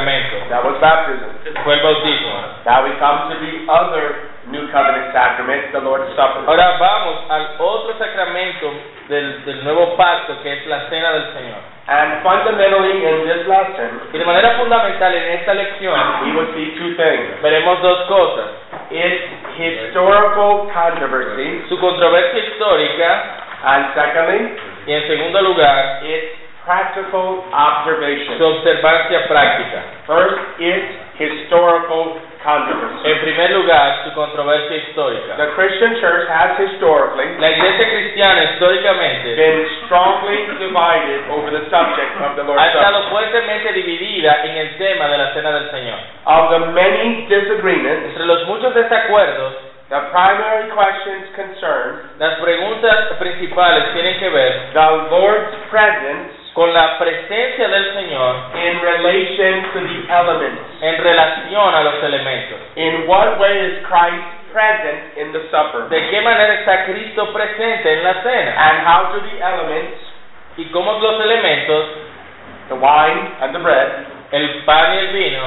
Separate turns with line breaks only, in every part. sacramento,
That was baptism.
fue el bautismo.
Now we come to the other New Covenant sacrament, the Lord's Supper.
Ahora vamos al otro sacramento del, del nuevo pacto que es la cena del Señor.
And fundamentally, in this lesson,
Y de manera fundamental en esta lección
we will see two things.
veremos dos cosas.
It's historical controversy,
Su controversia histórica
and secondly,
y en segundo lugar
it's practical
su
observation.
observancia práctica.
First, it's historical controversy.
En primer lugar, su controversia histórica.
The Christian church has historically
La iglesia cristiana históricamente
been strongly divided over the subject of the
ha
Lord's Supper.
estado fuertemente dividida en el tema de la cena del Señor.
Of the many disagreements,
Entre los muchos desacuerdos,
the primary questions concern
Las preguntas principales tienen que ver
the Lord's presence
con la presencia del Señor
in relation to the elements.
en relación a los elementos.
In what way is Christ present in the supper?
¿De qué manera está Cristo presente en la cena?
And how do the elements,
¿Y cómo los elementos,
the wine and the bread,
el pan y el vino,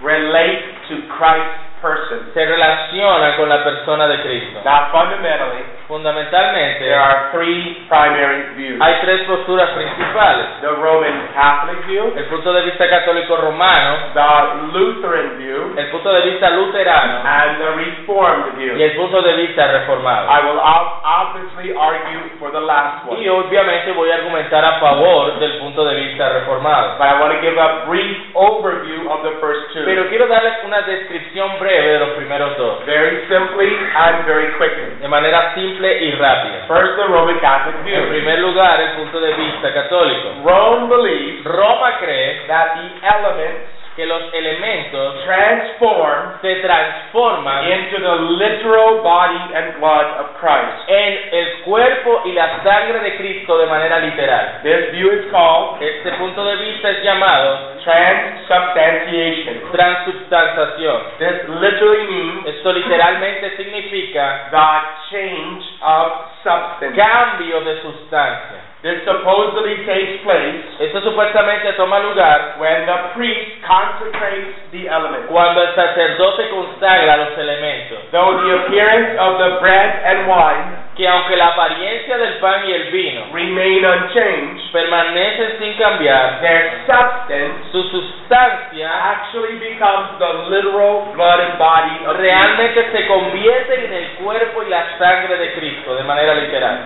relate to Christ's person?
se relacionan con la persona de Cristo?
Now, fundamentally,
Fundamentalmente,
there are three primary views
hay tres posturas principales.
the Roman Catholic view,
El punto de vista católico romano,
the Lutheran view,
el punto de vista luterano
and the Reformed view.
y el punto de vista reformado.
I will ob- obviously argue for the last one.
Y obviamente voy a argumentar a favor del punto de vista reformado.
But I want to give a brief overview of the first two.
Pero quiero darles una descripción breve de los primeros dos,
Very simply and very quickly.
de manera simple y rápida.
First, the Roman Catholic
En
view.
primer lugar, el punto de vista católico.
Rome believes
Roma cree
that the elements
que los elementos
transform
se transforman
into the literal body and blood of Christ.
en el cuerpo y la sangre de Cristo de manera literal.
This view is called
Este punto de vista es llamado
transubstantiation.
transubstanciación.
This literally means
Esto literalmente significa
the change of substance.
cambio de sustancia.
This supposedly takes place
Esto supuestamente toma lugar
when the priest consecrates the elements.
cuando el sacerdote consagra los elementos.
Though the appearance of the bread and wine
que aunque la apariencia del pan y el vino
remain unchanged,
permanecen sin cambiar,
their substance
su sustancia
actually becomes the literal blood and body of Christ.
realmente se convierte en el cuerpo y la sangre de Cristo de manera literal.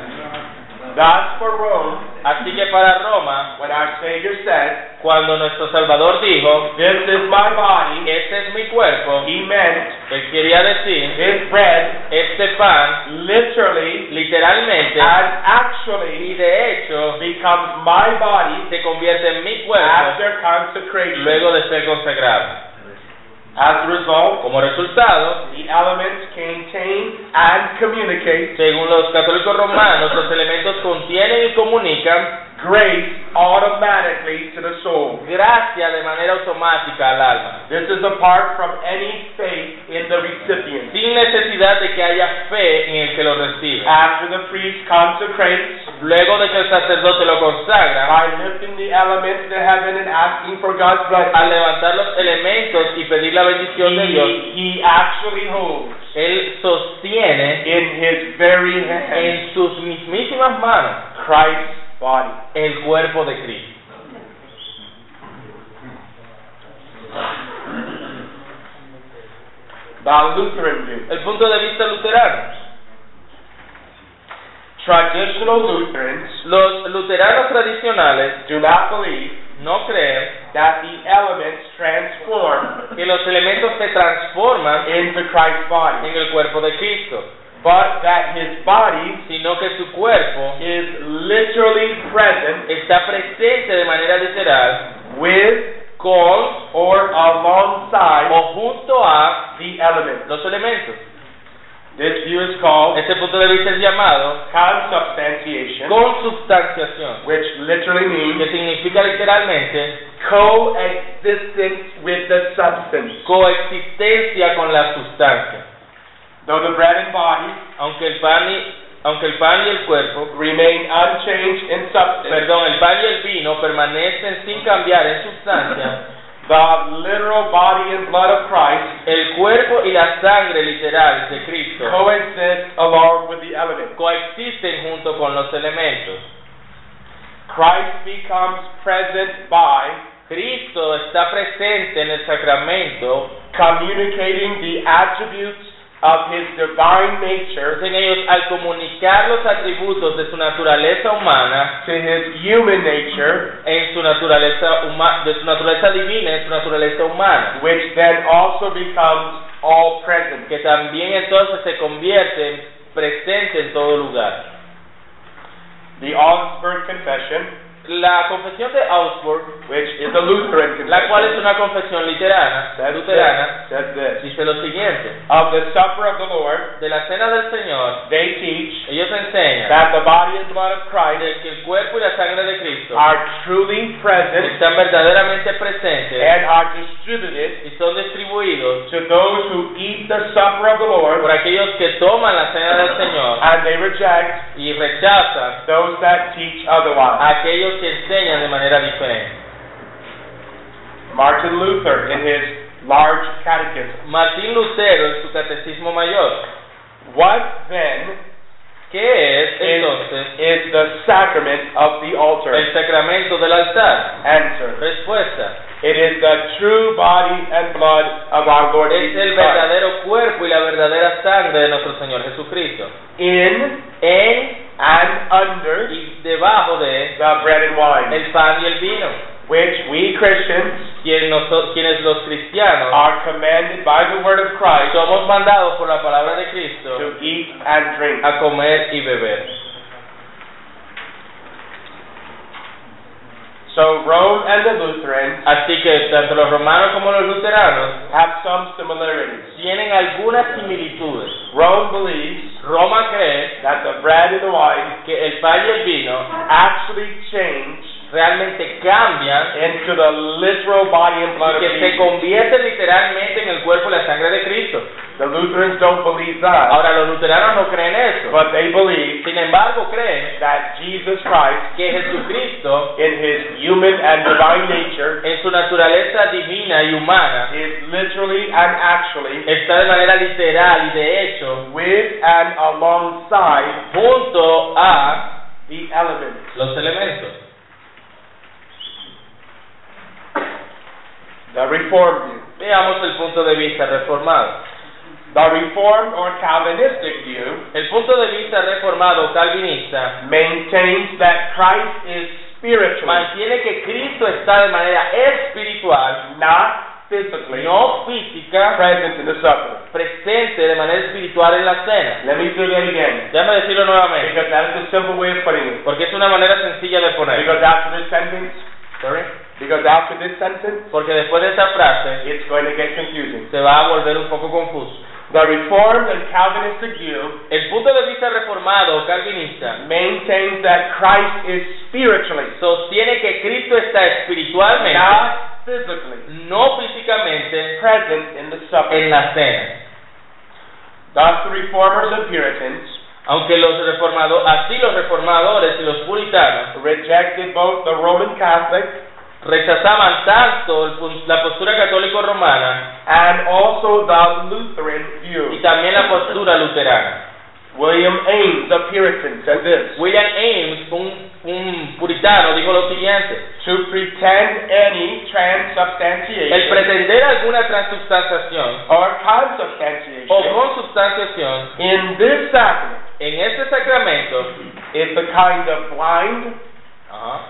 Thus, for Rome,
Así que para Roma,
when our Savior said,
cuando nuestro Salvador dijo,
This is my body,
este es mi cuerpo,
he meant
él quería decir,
this bread
este pan
literally
literalmente
and
y
actually
de hecho
becomes my body
se convierte en mi cuerpo
after consecration.
luego de ser consagrado.
As a result,
Como resultado,
the elements contain and communicate
Según los católicos romanos, los elementos contienen y comunican
grace automatically to the soul.
gracia de manera automática al alma,
This is apart from any faith in the recipient.
sin necesidad de que haya fe en el que lo recibe. Ah,
After the priest consecrates
Luego de que el sacerdote lo consagra,
by lifting the elements to heaven and asking for God's
al
blessing,
levantar los elementos y pedir la bendición de Dios,
he, he actually holds
él sostiene
in his very hand
en sus mismísimas manos
Christ's body.
el cuerpo de Cristo.
The Lutheran view.
El punto de vista luterano.
Traditional Lutherans
Los luteranos tradicionales
do not believe
no creen
that the elements transform
que los elementos se transforman
into Christ's body,
en el cuerpo de Cristo,
but that his body
sino que su cuerpo
is literally present
está presente de manera literal
with
con
or alongside
o junto a
the element.
los elementos.
This view is called
Este punto de vista es llamado
consubstantiation,
consubstanciación,
which literally
que
means
significa literalmente
coexistence with the substance.
coexistencia con la sustancia.
Though the bread and body
Aunque el pan y aunque el pan y el cuerpo,
remain unchanged in substance,
perdón, el pan y el vino permanecen sin cambiar en sustancia,
the literal body and blood of Christ
El cuerpo y la sangre literal de Cristo
coexist along with the elements.
coexisten junto con los elementos.
Christ becomes present by
Cristo está presente en el sacramento,
communicating the attributes of his divine nature
en ellos al comunicar los atributos de su naturaleza humana,
to his human nature,
en su naturaleza huma- de su naturaleza divina, en su naturaleza humana,
which then also becomes all present.
que también entonces se convierte en presente en todo lugar.
The Augsburg Confession,
La confesión de Augsburg,
which is a Lutheran
la cual es
confession,
una confesión luterana,
says
luterana
this, says this.
dice lo siguiente,
Of the supper of the Lord,
de la cena del Señor,
they teach
ellos enseñan
that the body and blood of Christ
de que el cuerpo y la sangre de Cristo
are truly present
están verdaderamente presentes
and are distributed
y son distribuidos
to those who eat the supper of the
por
Lord,
aquellos que toman la cena del Señor
and they reject
y rechazan
those that teach otherwise.
a aquellos que enseñan de manera diferente.
Martin Luther, in his large catechism,
Martín Lutero en su Catecismo Mayor,
what then
¿qué es
is,
entonces
is the sacrament of the altar?
el sacramento del altar?
Answer:
Respuesta,
It is the true body and blood of our Lord
es el
Jesus Christ.
verdadero cuerpo y la verdadera sangre de nuestro Señor Jesucristo.
In
En
and under
y debajo de
the bread and wine,
el pan y el vino,
which we Christians
quien noso- quienes los cristianos
are commanded by the word of Christ
somos mandados por la palabra de Cristo
to eat and drink.
a comer y beber.
So Rome and the Lutherans
Así que tanto los romanos como los luteranos
have some similarities.
tienen algunas similitudes.
Rome believes
Roma cree
that the bread and the wine
que el pan y el vino
actually change
realmente cambian
into the literal body and blood
y
of
que se
Jesus.
convierten literalmente en el cuerpo y la sangre de Cristo.
The Lutherans don't believe that,
Ahora, los luteranos no creen eso.
but they believe
Sin embargo, creen
that Jesus Christ,
que Jesucristo,
in his human and divine nature,
en su naturaleza divina y humana,
is literally and actually
está de manera literal y de hecho
with and alongside
junto a
the elements.
los elementos.
The Reformed view.
Veamos el punto de vista reformado.
The Reformed or Calvinistic view
El punto de vista reformado calvinista
maintains that Christ is spiritually,
mantiene que Cristo está de manera espiritual,
not physically,
no física,
present in the supper.
presente de manera espiritual en la cena.
Let me do that again,
Déjame decirlo nuevamente,
because that is a simple way of putting it.
porque es una manera sencilla de ponerlo.
Because after this sentence,
Sorry.
because after this sentence,
Porque después de esa frase
it's going to get confusing.
se va a volver un poco confuso.
The Reformed and Calvinistic view
El punto de vista reformado calvinista
maintains that Christ is spiritually,
sostiene que Cristo está espiritualmente,
not physically,
no físicamente,
present in the supper.
en la cena.
Thus, the Reformers and Puritans
Aunque los reformado- así los reformadores y los puritanos
rejected both the Roman Catholic
rechazaban tanto el pun- la postura católico-romana
and also the Lutheran
y
view.
también la postura luterana.
William Ames, a Puritan, said this
William Ames, un, un puritano, dijo lo siguiente,
To pretend any
el
transubstantiation
pretender alguna transubstanciación
or
o
consubstantiation
consubstanciación
in this sacrament
en este sacramento
is the kind of blind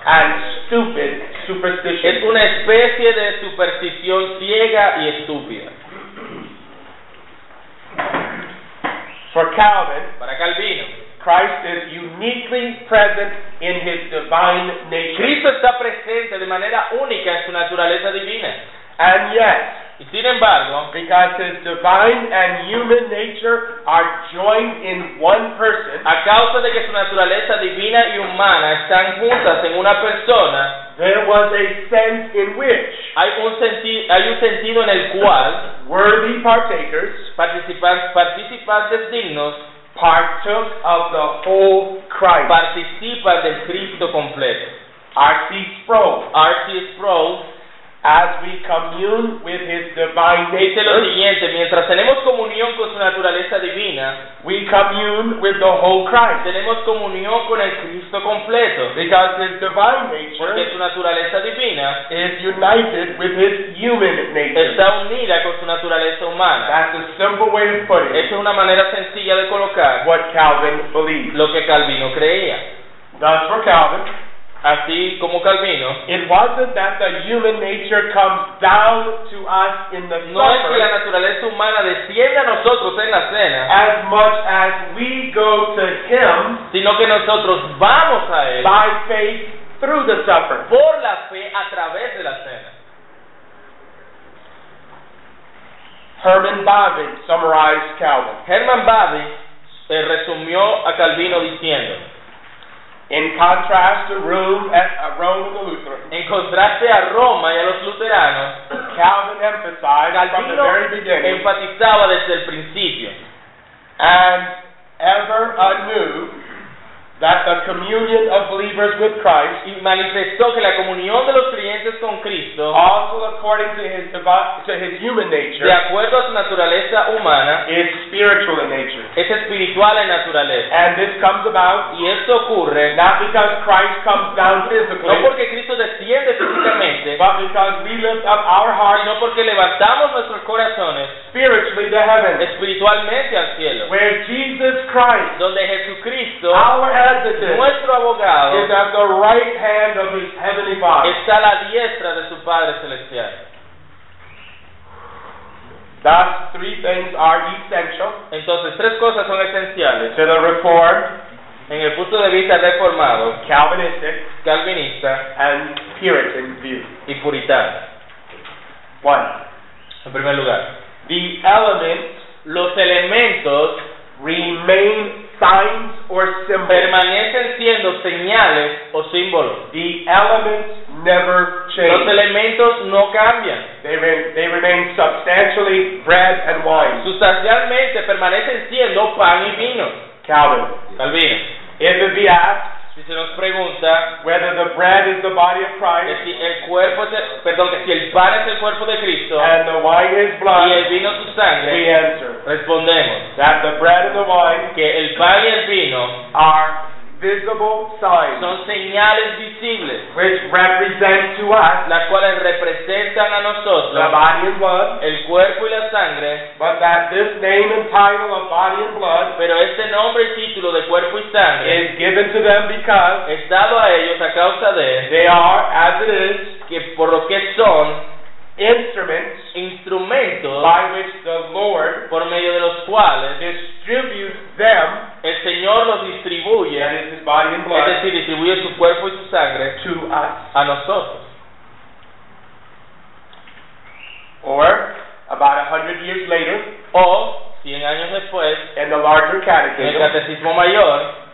and stupid
es
superstition.
una especie de superstición ciega y estúpida.
For Calvin,
Para Calvino,
Christ is uniquely present in his divine nature.
Cristo está presente de manera única en su naturaleza divina.
And yet,
Y sin embargo,
Because his divine and human nature are joined in one person,
A causa de que su naturaleza divina y humana están juntas en una persona,
there was a sense in which
hay un, senti- hay un sentido en el cual
worthy partakers
participan- participantes dignos
partook of the whole Christ.
participan del Cristo completo.
R.C. Sproul
R.C. Sproul
as we commune with His divine
Dice lo
nature,
siguiente, mientras tenemos comunión con su naturaleza divina,
we commune with the whole Christ.
tenemos comunión con el Cristo completo,
Because His divine
porque
nature
su naturaleza divina
is united with His human nature.
está unida con su naturaleza humana.
That's a simple way to put it.
Esa es una manera sencilla de colocar
What Calvin believed.
lo que Calvino creía.
Thus, for Calvin,
Así como Calvino,
it wasn't that the human nature comes down to us in the
no es que la
supper
naturaleza humana desciende a nosotros en la cena,
as much as we go to Him
sino que nosotros vamos a Él
by faith through the supper.
por la fe a través de la cena.
Herman Bobbin summarized Calvin.
Herman Babi se resumió a Calvino diciendo,
In contrast to Rome, uh, Rome and the Lutherans,
en contraste a Roma y a los luteranos,
Calvin emphasized from the
Calvino
very beginning
enfatizaba desde el principio
and ever anew that the communion of believers with Christ,
y manifestó que la comunión de los creyentes con
Ah,
Cristo,
also according to his divi- to his human nature,
de acuerdo a su naturaleza humana,
is spiritual in nature.
es espiritual en naturaleza.
And this comes about
Y esto ocurre
not because Christ comes down
no
physically,
porque Cristo desciende físicamente,
but because we lift up our hearts
sino porque levantamos nuestros corazones
spiritually to heaven.
espiritualmente al cielo,
where Jesus Christ,
donde Jesucristo,
our advocate,
nuestro
is
abogado,
at the right hand of his heavenly Father.
está a la diestra de su Padre Celestial.
Thus, three things are essential
Entonces, tres cosas son esenciales
to the Reformed,
en el punto de vista reformado,
Calvinistic,
calvinista
and Puritan view.
y puritano.
One,
En primer lugar,
the elements
los elementos
remain signs or symbols.
permanecen siendo señales o símbolos.
The elements never
Los
change.
elementos no cambian,
They, re- they remain substantially bread and wine.
sustancialmente permanecen siendo pan y vino.
Calvin.
Calvino,
If it be asked
si se nos pregunta
whether the bread is the body of
que
Christ
si el cuerpo, es el- perdón, que si el pan es el cuerpo de Cristo
and the wine is
y
blood,
el vino es su
we
sangre,
answer
respondemos.
that the bread and the wine
que el pan y el vino
are visible signs
son señales visibles,
which represent to us
las cuales representan a
the
nosotros
body and blood,
el cuerpo y la sangre,
but that this name and title of body and blood
pero este nombre y título de cuerpo y sangre
is given to them because
es dado a ellos a causa de
they are, as it is,
que por lo que son
instruments
instrumentos
by which the Lord
por medio de los cuales
distributes them,
el Señor los
that
distribuye,
is his body and
es
blood,
decir, distribuye su cuerpo y su sangre
to us.
a nosotros.
Or, about a hundred years later,
O, 100 años después,
in the
en
larger
el
catechism,
Catecismo Mayor,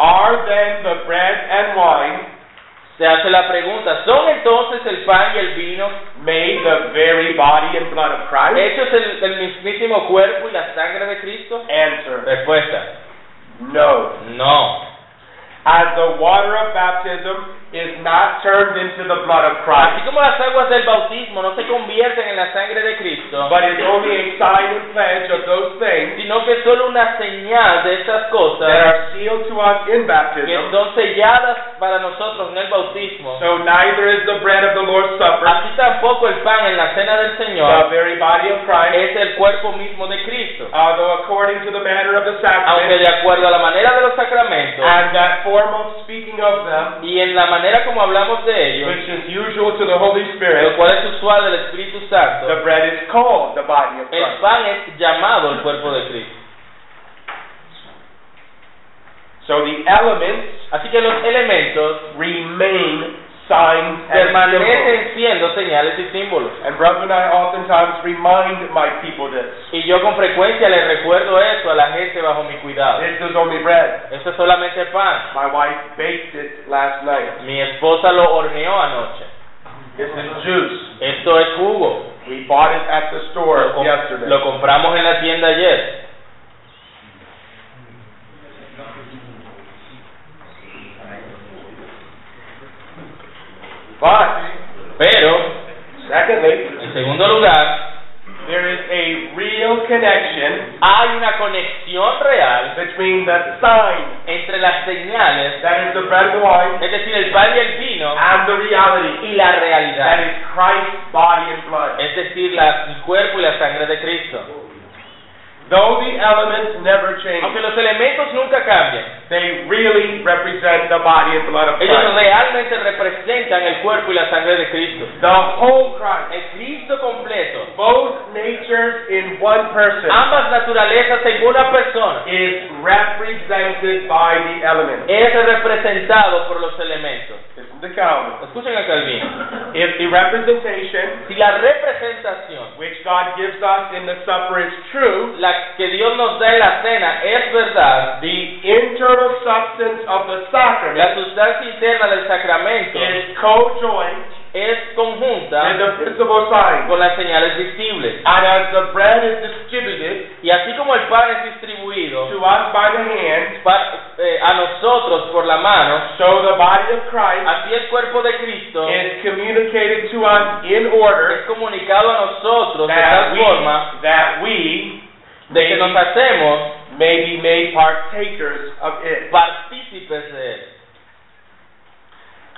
Are then the bread and wine
se hace la pregunta, ¿son entonces el pan y el vino
made the very body and blood of Christ?
¿Eso es el, el mismísimo cuerpo y la sangre de Cristo?
Answer
Respuesta,
No.
no.
As the water of baptism is not turned into the blood of
Así
Christ,
como las aguas del bautismo no se convierten en la sangre de Cristo,
but is only a sign and pledge of those things
sino que es solo una señal de estas
that
cosas
are sealed to us
que
in baptism.
son selladas para nosotros en el bautismo.
So neither is the bread of the Lord's Supper
Así tampoco el pan en la cena del
the
Señor
very body of Christ,
es el cuerpo mismo de Cristo,
although according to the manner of the
aunque
sacrament
de acuerdo a la manera de los sacramentos
and that form of speaking of them,
y en la manera como hablamos de ellos,
which is usual to the Holy
lo
Spirit,
cual es usual del Espíritu Santo,
the bread is called the body of Christ.
el pan es llamado el cuerpo de Cristo.
So the elements
Así que los elementos
remain signs and symbols.
permanecen siendo señales y símbolos.
And brother and I oftentimes remind my people this.
Y yo con frecuencia les recuerdo eso a la gente bajo mi cuidado.
This is only bread.
Eso es solamente pan.
My wife baked it last night.
Mi esposa lo horneó anoche.
This is juice.
Esto es jugo.
We bought it at the store
Lo, com-
yesterday.
lo compramos en la tienda ayer.
But
Pero
Secondly,
En segundo lugar,
there is a real connection
hay una conexión real
between the sign
entre las señales,
that is the bread and wine
es decir, el pan y el vino,
and the reality
y la
that
realidad,
is Christ's body and blood.
es decir, la- el cuerpo y la sangre de Cristo.
Though the elements never
Aunque
change,
los elementos nunca cambian,
they really represent the body and blood of
ellos
Christ.
realmente representan el cuerpo y la sangre de Cristo.
The whole Christ,
El Cristo completo,
both natures in one person,
ambas naturalezas en una persona,
is represented by the elements.
es representado por los elementos.
Listen to Calvin.
Escuchen a Calvino.
If the representation
Si la representación,
which God gives us in the supper is true,
la que Dios nos da en la cena, es verdad,
the internal substance of the
la
sacrament
sustancia interna del sacramento
is co-joined
es
with
conjunta
the visible sign.
con las señales visibles.
And as the bread is distributed
Y así como el pan es distribuido
to us by the hand,
pa- eh, a nosotros por la mano,
So the body of Christ
así el cuerpo de Cristo
is communicated to us in order
es comunicado a nosotros de
that
tal
we,
forma
that we
de que nos hacemos
may be made partakers of it.
partícipes de él.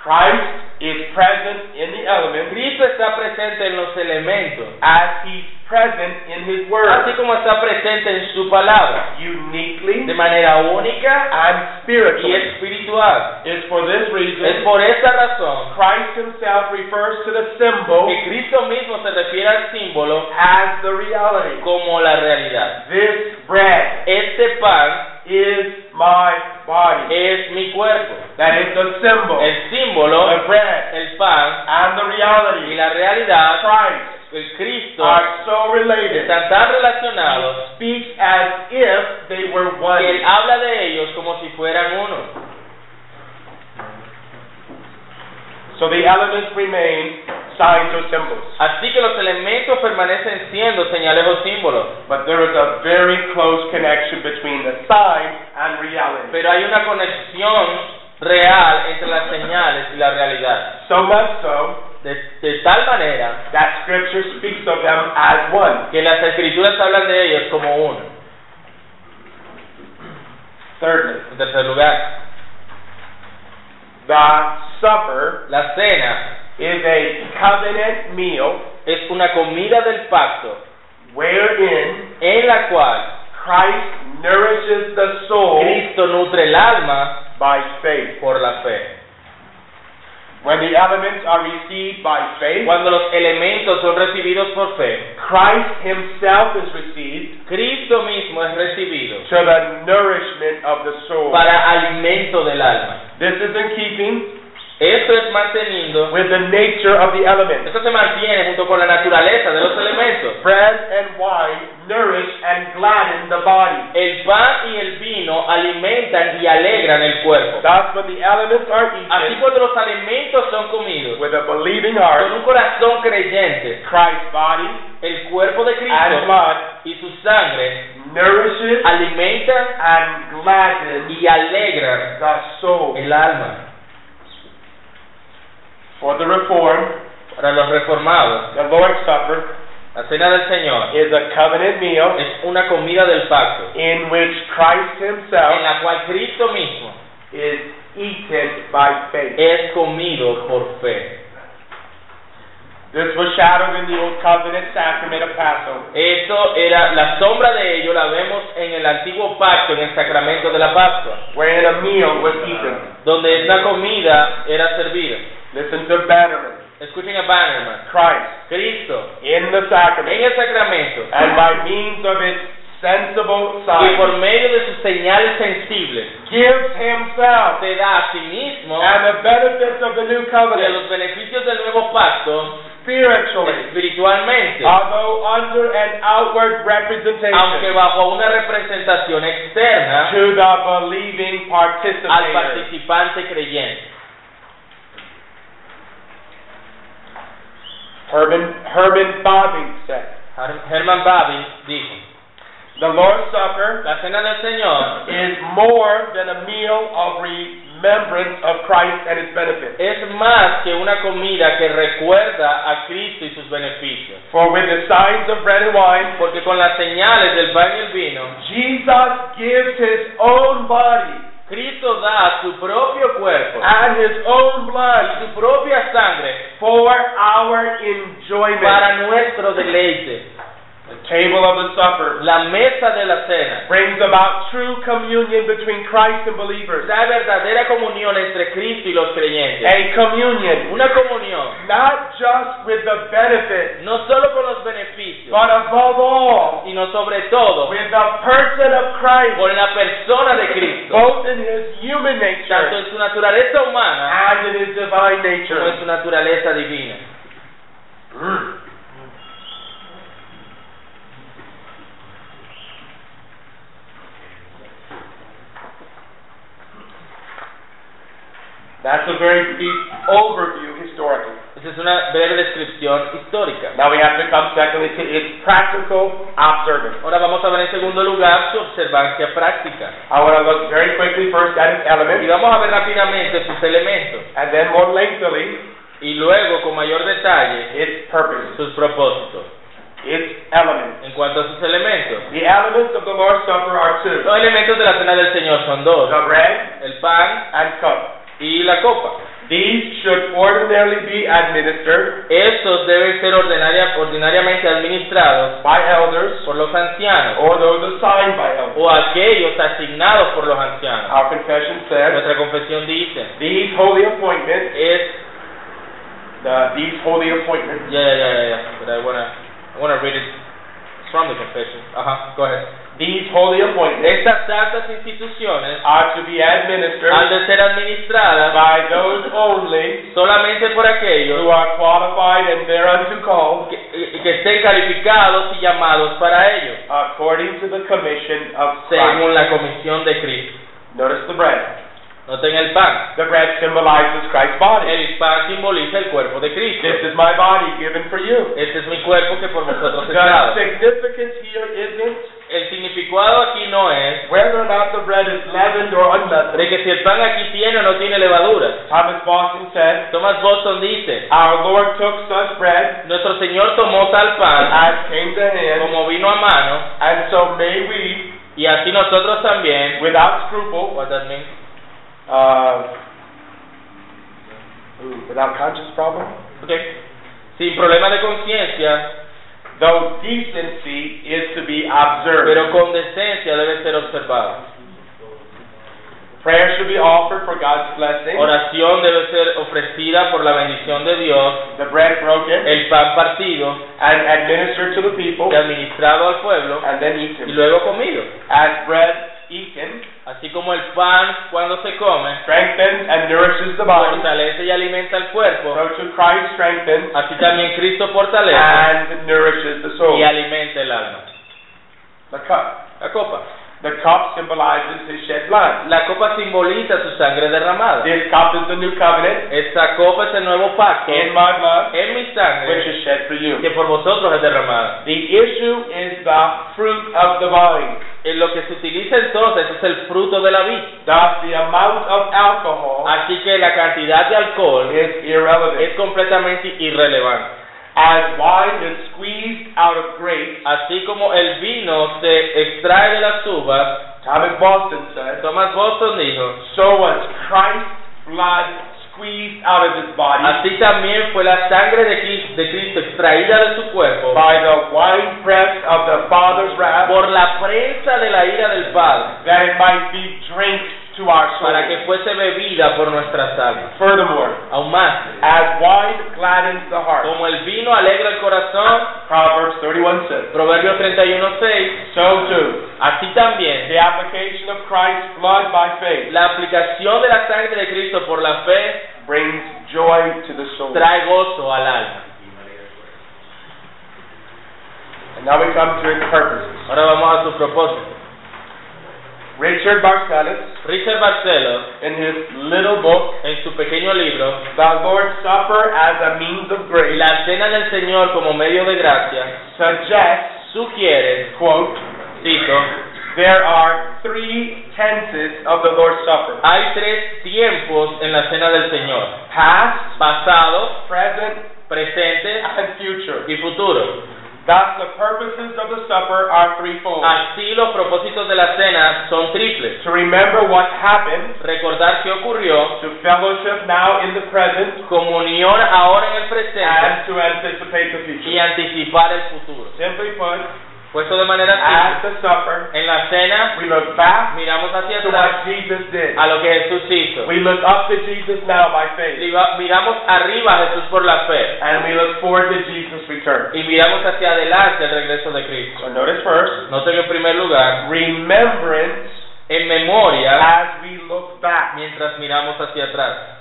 Christ is present in the elements
Cristo está presente en los elementos,
as he's present in his
así
word,
como está presente en su palabra,
uniquely
de manera única
and
y
spiritually.
espiritual.
It's for this
Es
reason
por esta razón
Christ himself refers to the symbol
que Cristo mismo se refiere al símbolo
as the reality.
como la realidad.
This bread
Este pan
is my body.
es mi cuerpo.
That is the symbol.
El símbolo,
The bread
el pan
and the
y
reality
la
of
realidad,
Christ
el Cristo,
are so related.
están tan
He
relacionados
speaks as if they were one.
que Él habla de ellos como si fueran uno.
So the elements remain signs or symbols.
Así que los elementos permanecen siendo señales o símbolos,
But there is a very close connection between the sign and reality.
pero hay una conexión real entre las señales y la realidad,
So much so
de, de tal manera
that scripture speaks of them as one.
que las escrituras hablan de ellos como uno.
Thirdly,
En tercer lugar,
the supper
la cena
is a covenant meal
es una comida del pacto
wherein
en la cual
Christ nourishes the soul
Cristo nutre el alma
by faith.
por la fe.
When the elements are received by faith,
Cuando los elementos son recibidos por fe,
Christ himself is received
Cristo mismo es recibido
to the nourishment of the soul.
para alimento del alma.
This is in keeping
Esto es manteniendo
with the nature of the elements.
Esto se mantiene junto con la naturaleza de los elementos.
Bread and wine nourish and gladden the body.
El pan y el vino alimentan y alegran el cuerpo.
Thus, when the elements are
Así
eaten
cuando los alimentos son comidos
with a believing
con
heart,
un corazón creyente,
Christ's body
el cuerpo de
and
Cristo
blood
y su sangre
nourishes
alimentan
and gladdens
y alegran
the soul.
el alma.
For the reformed,
Para los reformados,
the Lord's Supper
la cena del Señor
is a covenant meal
es una comida del pacto
in which Christ himself
en la cual Cristo mismo
is eaten by faith.
es comido por fe.
This was shadowed in the Old Covenant sacrament of Passover.
Esto era la sombra de ello, la vemos en el antiguo pacto, en el sacramento de la Pascua,
Wherein a meal was eaten.
donde esta comida era servida.
Listen to Bannerman.
Escuchen a Bannerman.
Christ
Cristo,
in the
en
sacrament
el sacramento,
and by means of its sensible
y por
sign
medio de sus señales sensibles,
gives himself
te da a sí mismo
and the benefits of the new
de
covenant
los beneficios del nuevo pacto
spiritually,
espiritualmente,
although under an outward
aunque
representation
bajo una representación externa
to the believing
al
participator.
participante creyente.
Herman, Herman Bobbing said,
Herman Babi dijo,
The Lord's Supper
la cena del Señor
is more than a meal of re- remembrance of Christ and his benefits.
Es más que una comida que recuerda a Cristo y sus beneficios.
For with the signs of bread and wine,
Porque con las señales del pan y el vino,
Jesus gives his own body
Cristo da su propio cuerpo
and his own
y
blood
su propia sangre
for our enjoyment.
para nuestro deleite.
The table of the supper
La mesa de la cena
brings about true communion between Christ and believers.
da verdadera comunión entre Cristo y los creyentes.
A communion
Una comunión
not just with the benefits,
no solo con los beneficios,
but above all
sino sobre todo
with the person of Christ,
con la persona de Cristo,
both in his human
tanto
nature
en su naturaleza humana
and in his divine
como en
nature.
su naturaleza divina.
Mm. That's a very deep overview historically.
Esa es una breve descripción histórica.
Now we have to come secondly to its practical observance.
Ahora vamos a ver en segundo lugar su observancia práctica.
I want to look very quickly first at its
Y
elements
vamos a ver rápidamente sus elementos
and then more lengthily
y luego con mayor detalle
its purpose,
sus propósitos.
its elements.
En cuanto a sus elementos,
The elements of the Lord's Supper are two
los elementos de la cena del Señor son dos,
the bread
el pan
and cup.
y la copa.
These should ordinarily be administered
Estos deben ser ordinaria- ordinariamente administrados
by elders
por los ancianos
or those assigned by elders.
o aquellos asignados por los ancianos.
Our confession says
Nuestra confesión dice,
these holy appointments,
es
the, these holy appointments,
Yeah, yeah, yeah, yeah, yeah. But I wanna, I wanna read it It's from the confession. Uh huh. Go ahead.
these holy appointments
Estas santas instituciones
are to be
han
administered
de ser administradas
by those only
solamente por
who
aquellos
are qualified and thereunto called
que, eh, que estén calificados y llamados para ello,
according to the commission of Christ.
según la comisión de Cristo.
Notice the bread.
Noten el pan.
The bread symbolizes Christ's body.
El pan simboliza el cuerpo de Cristo.
This is my body given for you.
Este es mi cuerpo que por vosotros es
The
dado.
significance here isn't
El significado aquí no es
whether or not the bread is leavened or
de
unleavened.
que si el pan aquí tiene o no tiene levadura.
Thomas Boston said,
Thomas Boston dice,
Our Lord took such bread
Nuestro Señor tomó tal pan
as came to hand,
como vino a mano,
and so may we,
y así nosotros también.
without scruple,
What that means?
uh, ooh, without conscience problem,
Okay. Sin problema de conciencia,
though decency is to be observed.
pero con decencia debe ser observado.
Prayer should be offered for God's blessing.
Oración debe ser ofrecida por la bendición de Dios,
The bread broken
el pan partido
and administered to the people,
y administrado al pueblo
and then
y
eaten.
luego comido.
As bread eaten
Así como el pan cuando se come
strengthens and nourishes the body,
fortalece y alimenta el cuerpo,
so to Christ strengthens
así también Cristo fortalece
and nourishes the soul.
y alimenta el alma.
The cup.
La copa.
The cup symbolizes his shed blood.
La copa simboliza su sangre derramada.
This cup is the new covenant
Esta copa es el nuevo pacto
in
en
my blood,
mi sangre
which is shed for you.
que por vosotros es derramada.
The issue is the fruit of the vine.
En Eh, lo que se utiliza entonces es el fruto de la vid.
Thus, the amount of alcohol
Así que la cantidad de alcohol
is irrelevant.
es completamente irrelevante.
As wine is squeezed out of grapes,
Así como el vino se extrae de las uvas,
Thomas Boston said,
Thomas Boston dijo,
so was Christ's blood squeezed out of his body
así también fue la sangre de Cris- de Cristo extraída de su cuerpo
by the wine press of the Father's wrath,
por la prensa de la ira del Padre
that it might be drink to our
para que
soul.
fuese bebida por nuestras almas.
Furthermore,
Aún más,
As wine gladdens the heart.
como el vino alegra el corazón,
Proverbs 31 says.
Proverbios 31.6,
So too,
así también
the application of Christ's blood by faith
la aplicación de la sangre de Cristo por la fe
brings joy to the soul.
trae gozo al alma.
And now we come to its purposes.
Ahora vamos a su propósito.
Richard Barcellus,
Richard Barcelos,
in his little book,
en su pequeño libro,
The Lord's Supper as a Means of Grace,
La Cena del Señor como Medio de Gracia,
suggests,
sugiere,
quote,
cito,
there are three tenses of the Lord's Supper
Hay tres tiempos en la cena del Señor.
past,
Pasado,
present,
presente
and future.
y futuro.
Thus, the purposes of the supper are threefold
Así los propósitos de la cena son triples.
to remember what happened,
Recordar qué ocurrió,
to fellowship now in the present,
comunión ahora en el
and
presente
to anticipate the
y
future.
anticipar el futuro.
Simply put,
Puesto de manera
at the supper,
simple, en la cena
we look back
miramos hacia
to
atrás
what Jesus did.
a lo que Jesús hizo.
We look up to Jesus now by faith,
Mira- Miramos arriba a Jesús por la fe
and we look forward to Jesus' return.
y miramos hacia adelante el regreso de Cristo.
So notice first,
Noten que en primer lugar,
remembrance
en memoria,
as we look back.
mientras miramos hacia atrás.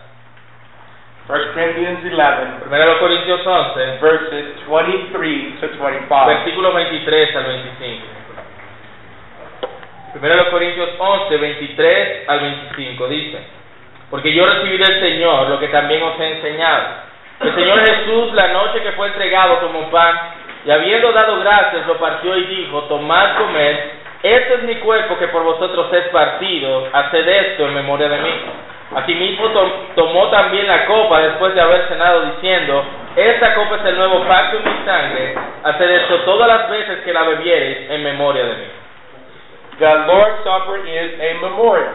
1 Corinthians 11,
1 Corintios 11,
verses 23 to 25.
versículos 23 al 25. 1 Corintios 11, 23 al 25 dice, porque yo recibí del Señor lo que también os he enseñado. El Señor Jesús, la noche que fue entregado, tomó pan y habiendo dado gracias, lo partió y dijo, tomad, comed, este es mi cuerpo que por vosotros es partido, haced esto en memoria de mí. Asimismo to- tomó también la copa después de haber cenado diciendo, esta copa es el nuevo pacto en mi sangre, haced esto todas las veces que la bebiereis en memoria de mí.
The Lord's Supper is a memorial.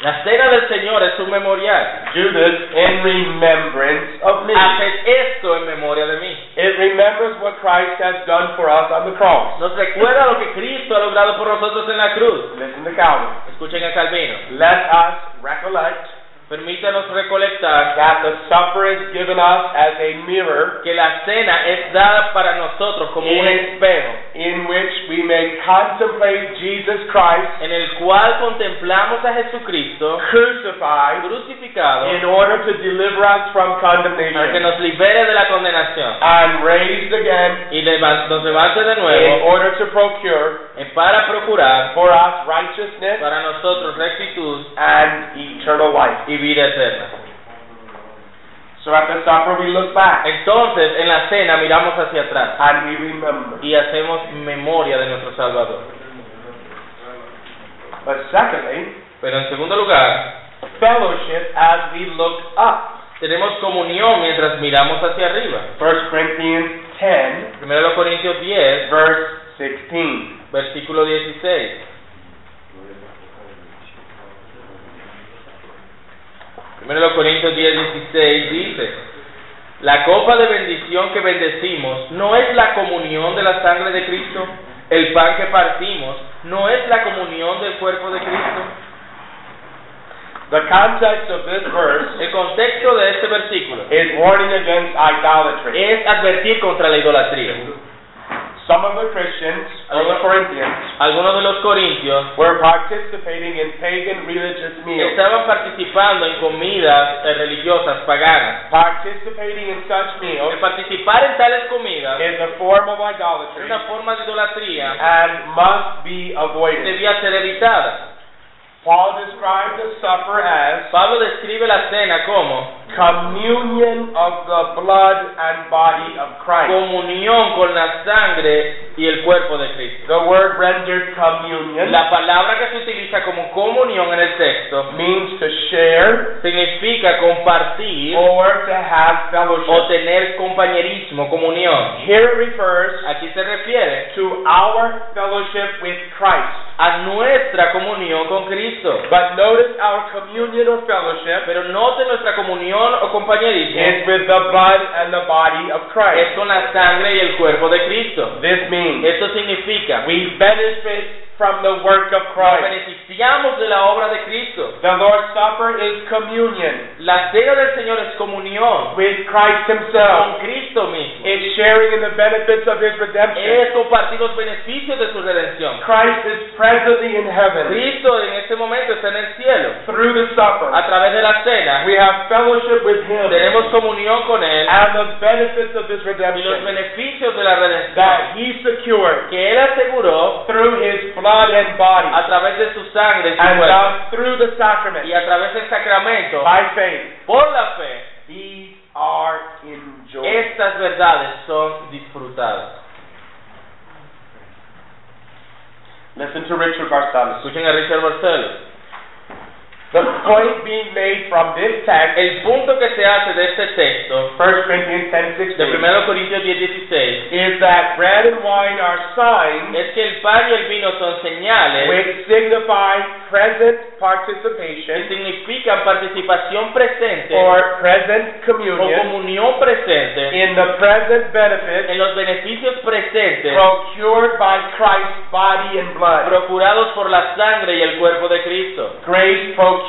La cena del Señor es un memorial.
Do this in remembrance of me.
Haced esto en memoria de mí.
It remembers what Christ has done for us on the cross.
Nos recuerda lo que Cristo ha logrado por nosotros en la cruz.
Listen to Calvin.
Escuchen a Calvino.
Let us recollect
Permítanos recolectar
that the supper is given us as a mirror
que la cena es dada para nosotros como un espejo
in which we may contemplate Jesus Christ
en el cual contemplamos a Jesucristo
crucified
crucificado
in order to deliver us from
para que
condemnation
nos libere de la condenación
and raised again
y leva- nos levante de
in
nuevo
order to procure
eh, para procurar
for us righteousness
para nosotros rectitud
and eternal life.
y vida eterna.
So at the supper we look back
Entonces, en la cena miramos hacia atrás
and we remember.
y hacemos memoria de nuestro Salvador.
But secondly,
Pero en segundo lugar,
fellowship as we look up.
tenemos comunión mientras miramos hacia arriba.
1 Corinthians 10,
Primero los Corintios 10,
verse 16.
versículo 16. Primero los Corintios 10, 16 dice, la copa de bendición que bendecimos no es la comunión de la sangre de Cristo, el pan que partimos no es la comunión del cuerpo de Cristo.
The context of this verse
El contexto de este versículo
is warning against idolatry.
es advertir contra la idolatría.
Some of the Christians, or the Corinthians,
Algunos de los corintios
were participating in pagan religious meals,
estaban participando en comidas eh, religiosas paganas.
participating in such
El
meals
participar en tales comidas
is a form of
es
idolatry
una forma de
eh,
idolatría
and must be
que
avoided.
debía ser evitada.
Paul described the supper as
Pablo describe la cena como
communion of the blood and body of Christ.
comunión con la sangre y el cuerpo de Cristo.
The word rendered communion
La palabra que se utiliza como comunión en el texto
means to share
significa compartir
or to have
o
fellowship.
tener compañerismo, comunión.
Here it refers
Aquí se refiere
to our fellowship with Christ.
a nuestra comunión con Cristo.
But notice our communion or fellowship
Pero note nuestra comunión o
is
compañerismo
with the blood and the body of
es
Christ.
con la sangre y el cuerpo de Cristo.
This means
Esto significa
we benefit from the work of
nos
Christ.
beneficiamos de la obra de Cristo.
The Lord's Supper is communion
La cena del Señor es comunión
with Christ Himself.
con Cristo mismo.
It's sharing in the benefits of his redemption.
Es compartir los beneficios de su redención.
Christ is presently in heaven
Cristo en este momento está en el cielo.
through the supper.
A través de la cena
We have fellowship with him
tenemos comunión con Él
and the benefits of his
y los
redemption
beneficios de la redención
that he secured
que Él aseguró
through his blood and body
a través de su sangre y su
and
cuerpo
thus through the
y
sacrament.
a través del sacramento
By faith,
por la fe.
these are enjoyed.
Estas verdades son disfrutadas.
Listen to Richard Barcelos.
Escuchen a Richard Barcelos.
The point being made from this text,
El punto que se hace de este texto,
1 Corinthians ten
de
sixteen,
1 Corintios 10, 16,
is that bread and wine are signs
es que el pan y el vino son señales
which signify present
que
participation
significan participación presente
or present
o
communion
comunión presente
in the present benefit
en los beneficios presentes
procured by Christ's body and blood.
procurados por la sangre y el cuerpo de Cristo.
Grace procured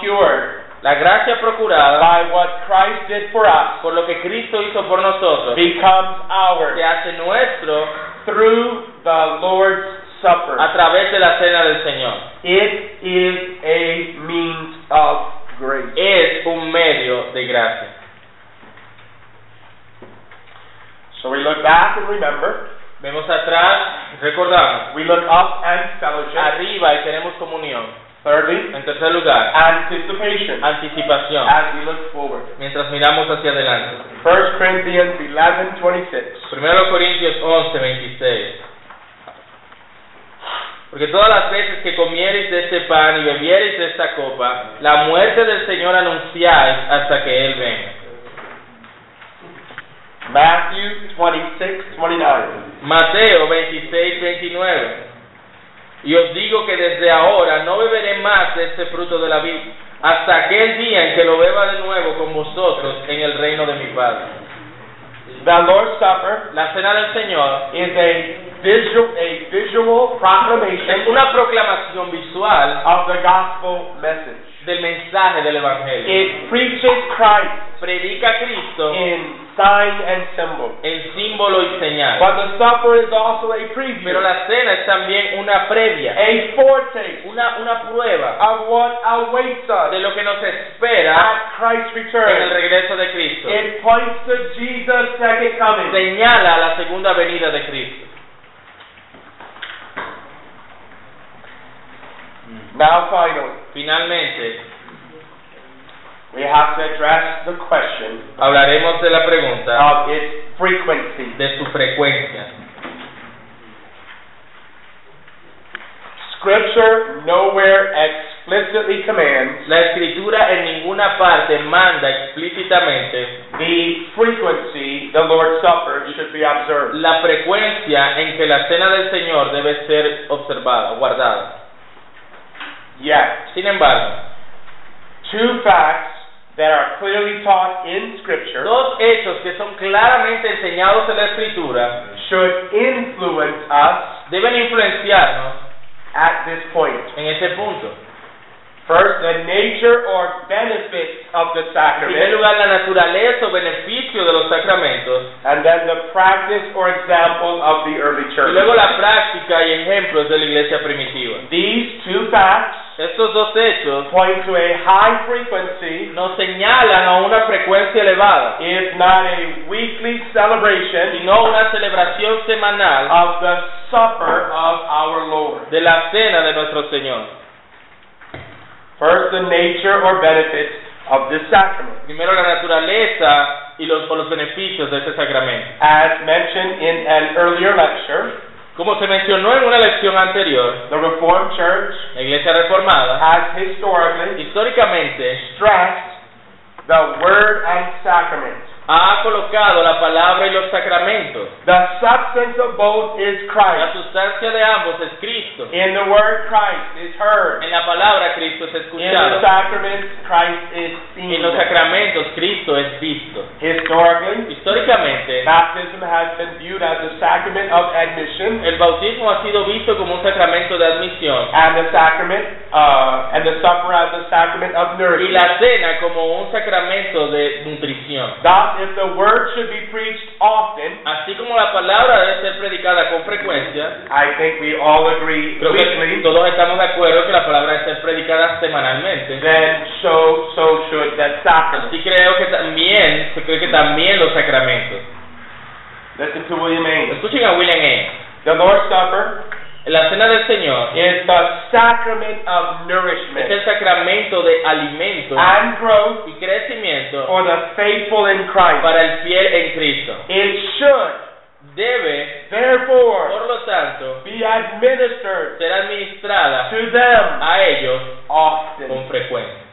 La gracia procurada
by what Christ did for us
por lo que Cristo hizo por nosotros
becomes
se
ours
hace nuestro
through the Lord's Supper.
a través de la cena del Señor.
It is a means of grace.
Es un medio de gracia.
So we look back and remember.
Vemos atrás, recordamos,
We look up and fellowship.
arriba y tenemos comunión.
Thirdly,
En tercer lugar,
anticipation
anticipación,
as we look forward.
mientras miramos hacia adelante.
1 Corinthians 11 26.
Primero Corintios 11, 26. Porque todas las veces que comiereis de este pan y bebiereis de esta copa, la muerte del Señor anunciáis hasta que Él venga.
Matthew 26 29.
Mateo 26, 29. Y os digo que desde ahora no beberé más de este fruto de la vid, hasta aquel día en que lo beba de nuevo con vosotros en el reino de mi Padre.
The Lord's Supper
La cena del Señor
is a visual, a visual
es
proclamation
una proclamación visual
of the gospel message.
del mensaje del Evangelio.
It preaches Christ
Predica a Cristo
in sign and symbol.
en símbolo y señal.
But the supper is also a preview,
Pero la cena es también una previa,
a foretaste
una, una prueba
of what awaits
de
us
lo que nos espera
at Christ's
en el
return.
regreso de Cristo.
It points to Jesus' second coming.
señala la segunda venida de Cristo.
Now, finally,
Finalmente,
we have to address the question
hablaremos de la pregunta
of its frequency.
de su frecuencia.
Scripture nowhere explicitly commands
La escritura en ninguna parte manda explícitamente
the frequency the Lord's Supper should be observed.
la frecuencia en que la cena del Señor debe ser observada, guardada.
Yet,
Sin embargo,
two facts that are clearly taught in Scripture
dos hechos que son claramente enseñados en la escritura
should influence us
deben influenciarnos
at this point.
en este punto.
First, the nature or benefits of the
En primer
sacrament,
lugar, la naturaleza o beneficio de los sacramentos
and then the practice or example of the early
y luego
church.
la práctica y ejemplos de la iglesia primitiva.
These two facts
Estos dos hechos
point to a high frequency,
nos señalan a una frecuencia elevada,
if not a weekly celebration,
sino una celebración semanal
of the supper of our Lord.
de la cena de nuestro Señor.
First, the nature or benefits of the sacrament.
Primero la naturaleza y los, o los beneficios de este sacramento.
As mentioned in an earlier lecture,
Como se mencionó en una lección anterior,
the Reformed Church
la iglesia reformada
has historically
históricamente
stressed the word and sacrament.
ha colocado la palabra y los sacramentos.
The substance of both is
La
Christ.
sustancia de ambos es Cristo.
In the word, Christ is heard.
En la palabra Cristo es
In the
escuchado.
sacraments, Christ is seen.
En los sacramentos Cristo es visto.
Historically,
Históricamente,
baptism has been viewed as a sacrament of admission
el bautismo ha sido visto como un sacramento de admisión
and the sacrament uh, and the supper as a sacrament of
y
nourishment.
la cena como un sacramento de nutrición.
Thus, if the word should be preached often,
Así como la palabra debe ser predicada con frecuencia,
I think we all agree
creo que
weekly,
todos estamos de acuerdo que la palabra debe ser predicada semanalmente.
then so so should the sacrament.
Así creo que también, se cree que también los sacramentos.
Listen to William Ames.
Escuchen a William E.
The Lord's Supper
La cena del Señor
is the sacrament of
es
nourishment
el sacramento de alimento
and growth
y crecimiento
for the faithful in Christ.
para el fiel en Cristo.
It should,
Debe,
therefore,
por lo lo tanto,
be administered
será administrada
to them
a ellos con Mm.
often.
frecuencia.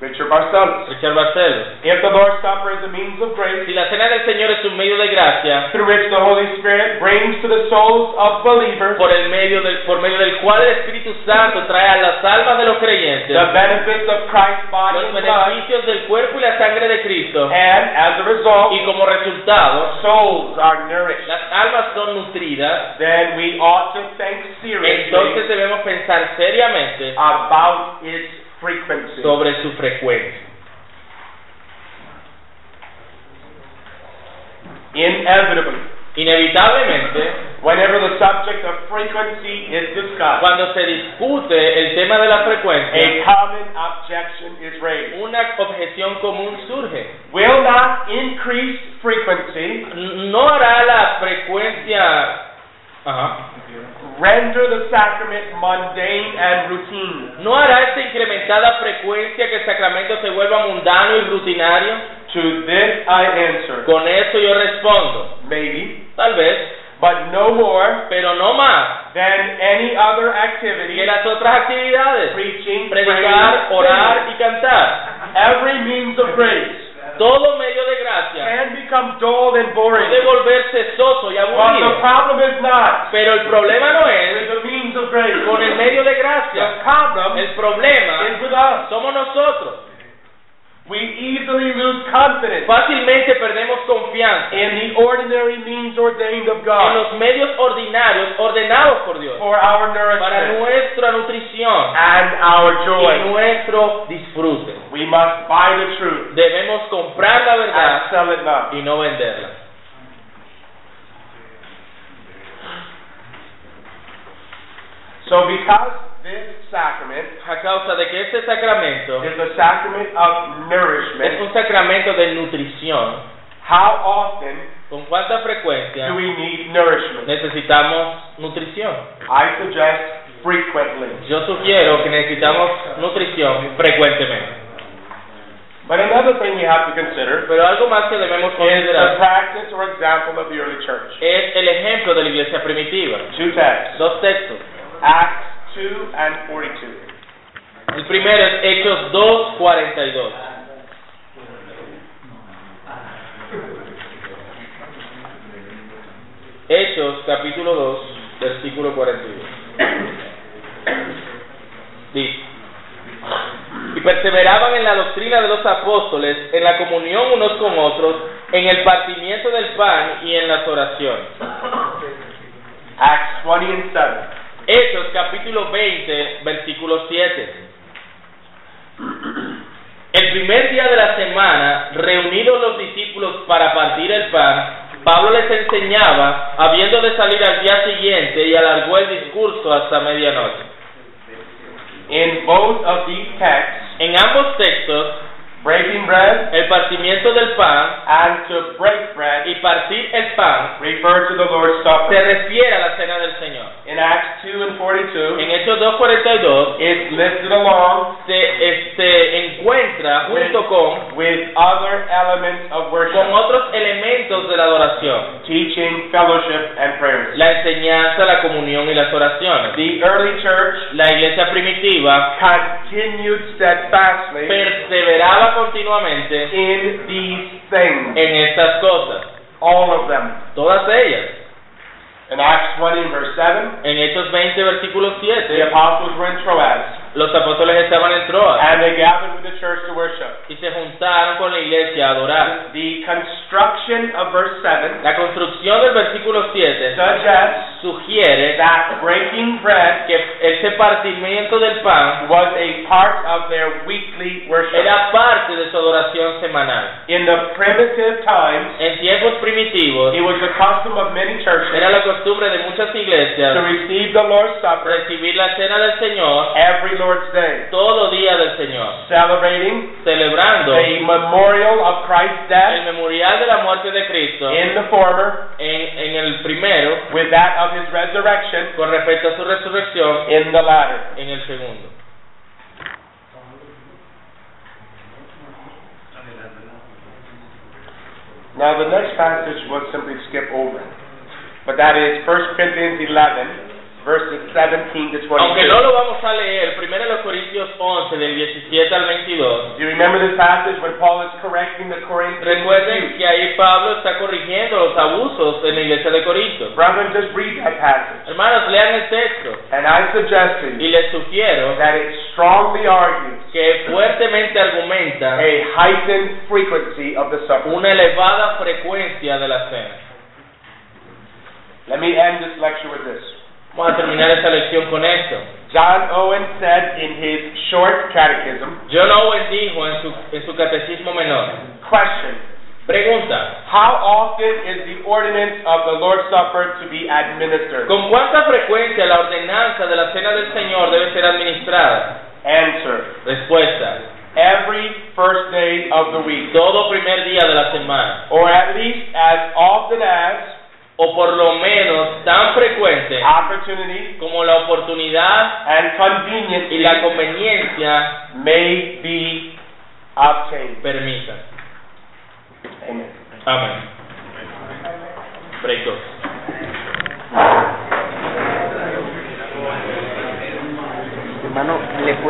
Richard Barcelos.
Richard Barcelos.
If the Lord's Supper is a means of grace
Si la cena del Señor es un medio de gracia,
through which the Holy Spirit brings to the souls of believers
por, el medio del, por medio del cual el Espíritu Santo trae a las almas de los creyentes
the benefits of Christ's body
los
and blood,
beneficios del cuerpo y la sangre de Cristo,
and as a result,
y como resultado,
souls are nourished,
las almas son nutridas,
then we ought to think seriously
entonces debemos pensar seriamente
Ah, about its frequency.
sobre su frecuencia.
Inevitably,
Inevitablemente,
whenever the subject of frequency is discussed,
cuando se discute el tema de la
a
frecuencia,
common objection is raised.
una objeción común surge.
Will not increased frequency
¿No hará la frecuencia... Ajá.
render the sacrament mundane and routine?
¿No hará esta incrementada frecuencia que el sacramento se vuelva mundano y rutinario?
To this I answer,
Con eso yo respondo,
maybe,
tal vez,
but no more
pero no más
than any other
que
activity,
las otras actividades,
preaching,
predicar,
praying,
orar y cantar.
every means of grace
Todo medio de gracia
can become dull and boring.
puede volverse soso y
But the
aburrido,
problem is not
pero el problema no
with
es
the means of grace.
con el medio de
The
gracia.
problem
El problema
is with us.
somos nosotros.
We easily lose confidence
Fácilmente perdemos confianza
in the ordinary means ordained of
en
God
los medios ordinarios ordenados por Dios
for our
para
nourishment
nuestra nutrición.
and our joy.
y nuestro disfrute.
We must buy the truth
Debemos comprar la
and
verdad
sell it not.
y no venderla.
So because this sacrament
A causa de que este sacramento
is a sacrament of
es
nourishment,
un sacramento de nutrición,
how often
¿con cuánta
do
frecuencia
we need nourishment?
necesitamos nutrición?
I suggest frequently.
Yo sugiero que necesitamos nutrición frecuentemente.
But another thing we have to consider
Pero algo más que debemos
is the
considerar
practice or example of the early church.
es el ejemplo de la iglesia primitiva.
Two texts,
Dos textos.
Acts 2 and 42.
El primero es Hechos 2.42. Hechos capítulo 2, versículo 42. Dice, y perseveraban en la doctrina de los apóstoles, en la comunión unos con otros, en el partimiento del pan y en las oraciones.
Acts 20 and 7.
Hechos capítulo 20, versículo 7. El primer día de la semana, reunidos los discípulos para partir el pan, Pablo les enseñaba, habiendo de salir al día siguiente, y alargó el discurso hasta medianoche.
In both of these texts,
En ambos textos,
breaking bread
el partimiento del pan
and to break bread
y partir el pan
refer to the
se
Lord's Supper.
refiere a la cena del Señor.
In Acts 2 and 42,
En Hechos 2.42
it's listed along
se este, encuentra junto con
with other elements of
con
worship,
otros elementos de la adoración,
teaching, fellowship, and prayers.
la enseñanza, la comunión y las oraciones.
The early church
La iglesia primitiva
continued steadfastly
perseveraba continuamente
in these things,
en estas cosas,
all of them.
todas ellas.
In Acts 20 and verse 7,
En Hechos 20, versículo
the
7,
apostles were in Troas,
los apóstoles estaban en Troas
and they gathered with the church to worship.
y se juntaron con la iglesia a adorar.
The construction of verse 7
La construcción del versículo 7
suggests
sugiere
that breaking bread
que ese partimiento del pan
was a part of their weekly worship.
era parte de su adoración semanal.
In the primitive times,
En tiempos primitivos,
it was the custom of many churches
Era la costumbre de muchas
to
iglesias
receive the Lord's Supper
recibir la cena del Señor
every Lord's Day,
todo día del Señor,
celebrating
celebrando
the
el
memorial of Christ's death
memorial de la muerte de Cristo en,
in the former
en el primero
with that of his resurrection
con respecto a su resurrección
in the latter.
en el segundo.
Now, the next passage we'll simply skip over, but that is 1 Corinthians 11, verses 17 to
Aunque no
22.
lo vamos a leer, primero los Corintios 11, del 17 al 22.
Do you remember this passage when Paul is correcting the Corinthians?
Recuerden que ahí Pablo está corrigiendo los abusos en la iglesia de Corinto.
Brethren, just read that passage.
Hermanos, lean el texto
And I suggest to
y
you
les sugiero
that it strongly argues
que fuertemente argumenta
a heightened frequency of the suffering.
una elevada frecuencia de la cena.
Let me end this lecture with this.
Vamos a terminar esta lección con esto.
John Owen said in his short catechism,
John Owen dijo en su, en su catecismo menor,
question,
pregunta,
how often is the ordinance of the Lord's Supper to be administered?
¿con cuánta frecuencia la ordenanza de la cena del Señor debe ser administrada?
Answer,
Respuesta,
every first day of the week,
todo primer día de la semana,
or at least as often as
o por lo menos tan frecuente
opportunity
como la oportunidad
and
y la
convenience
conveniencia
may be obtained.
permitan.
Amen.
Amén. Break dos.
Hermano, ¿le puede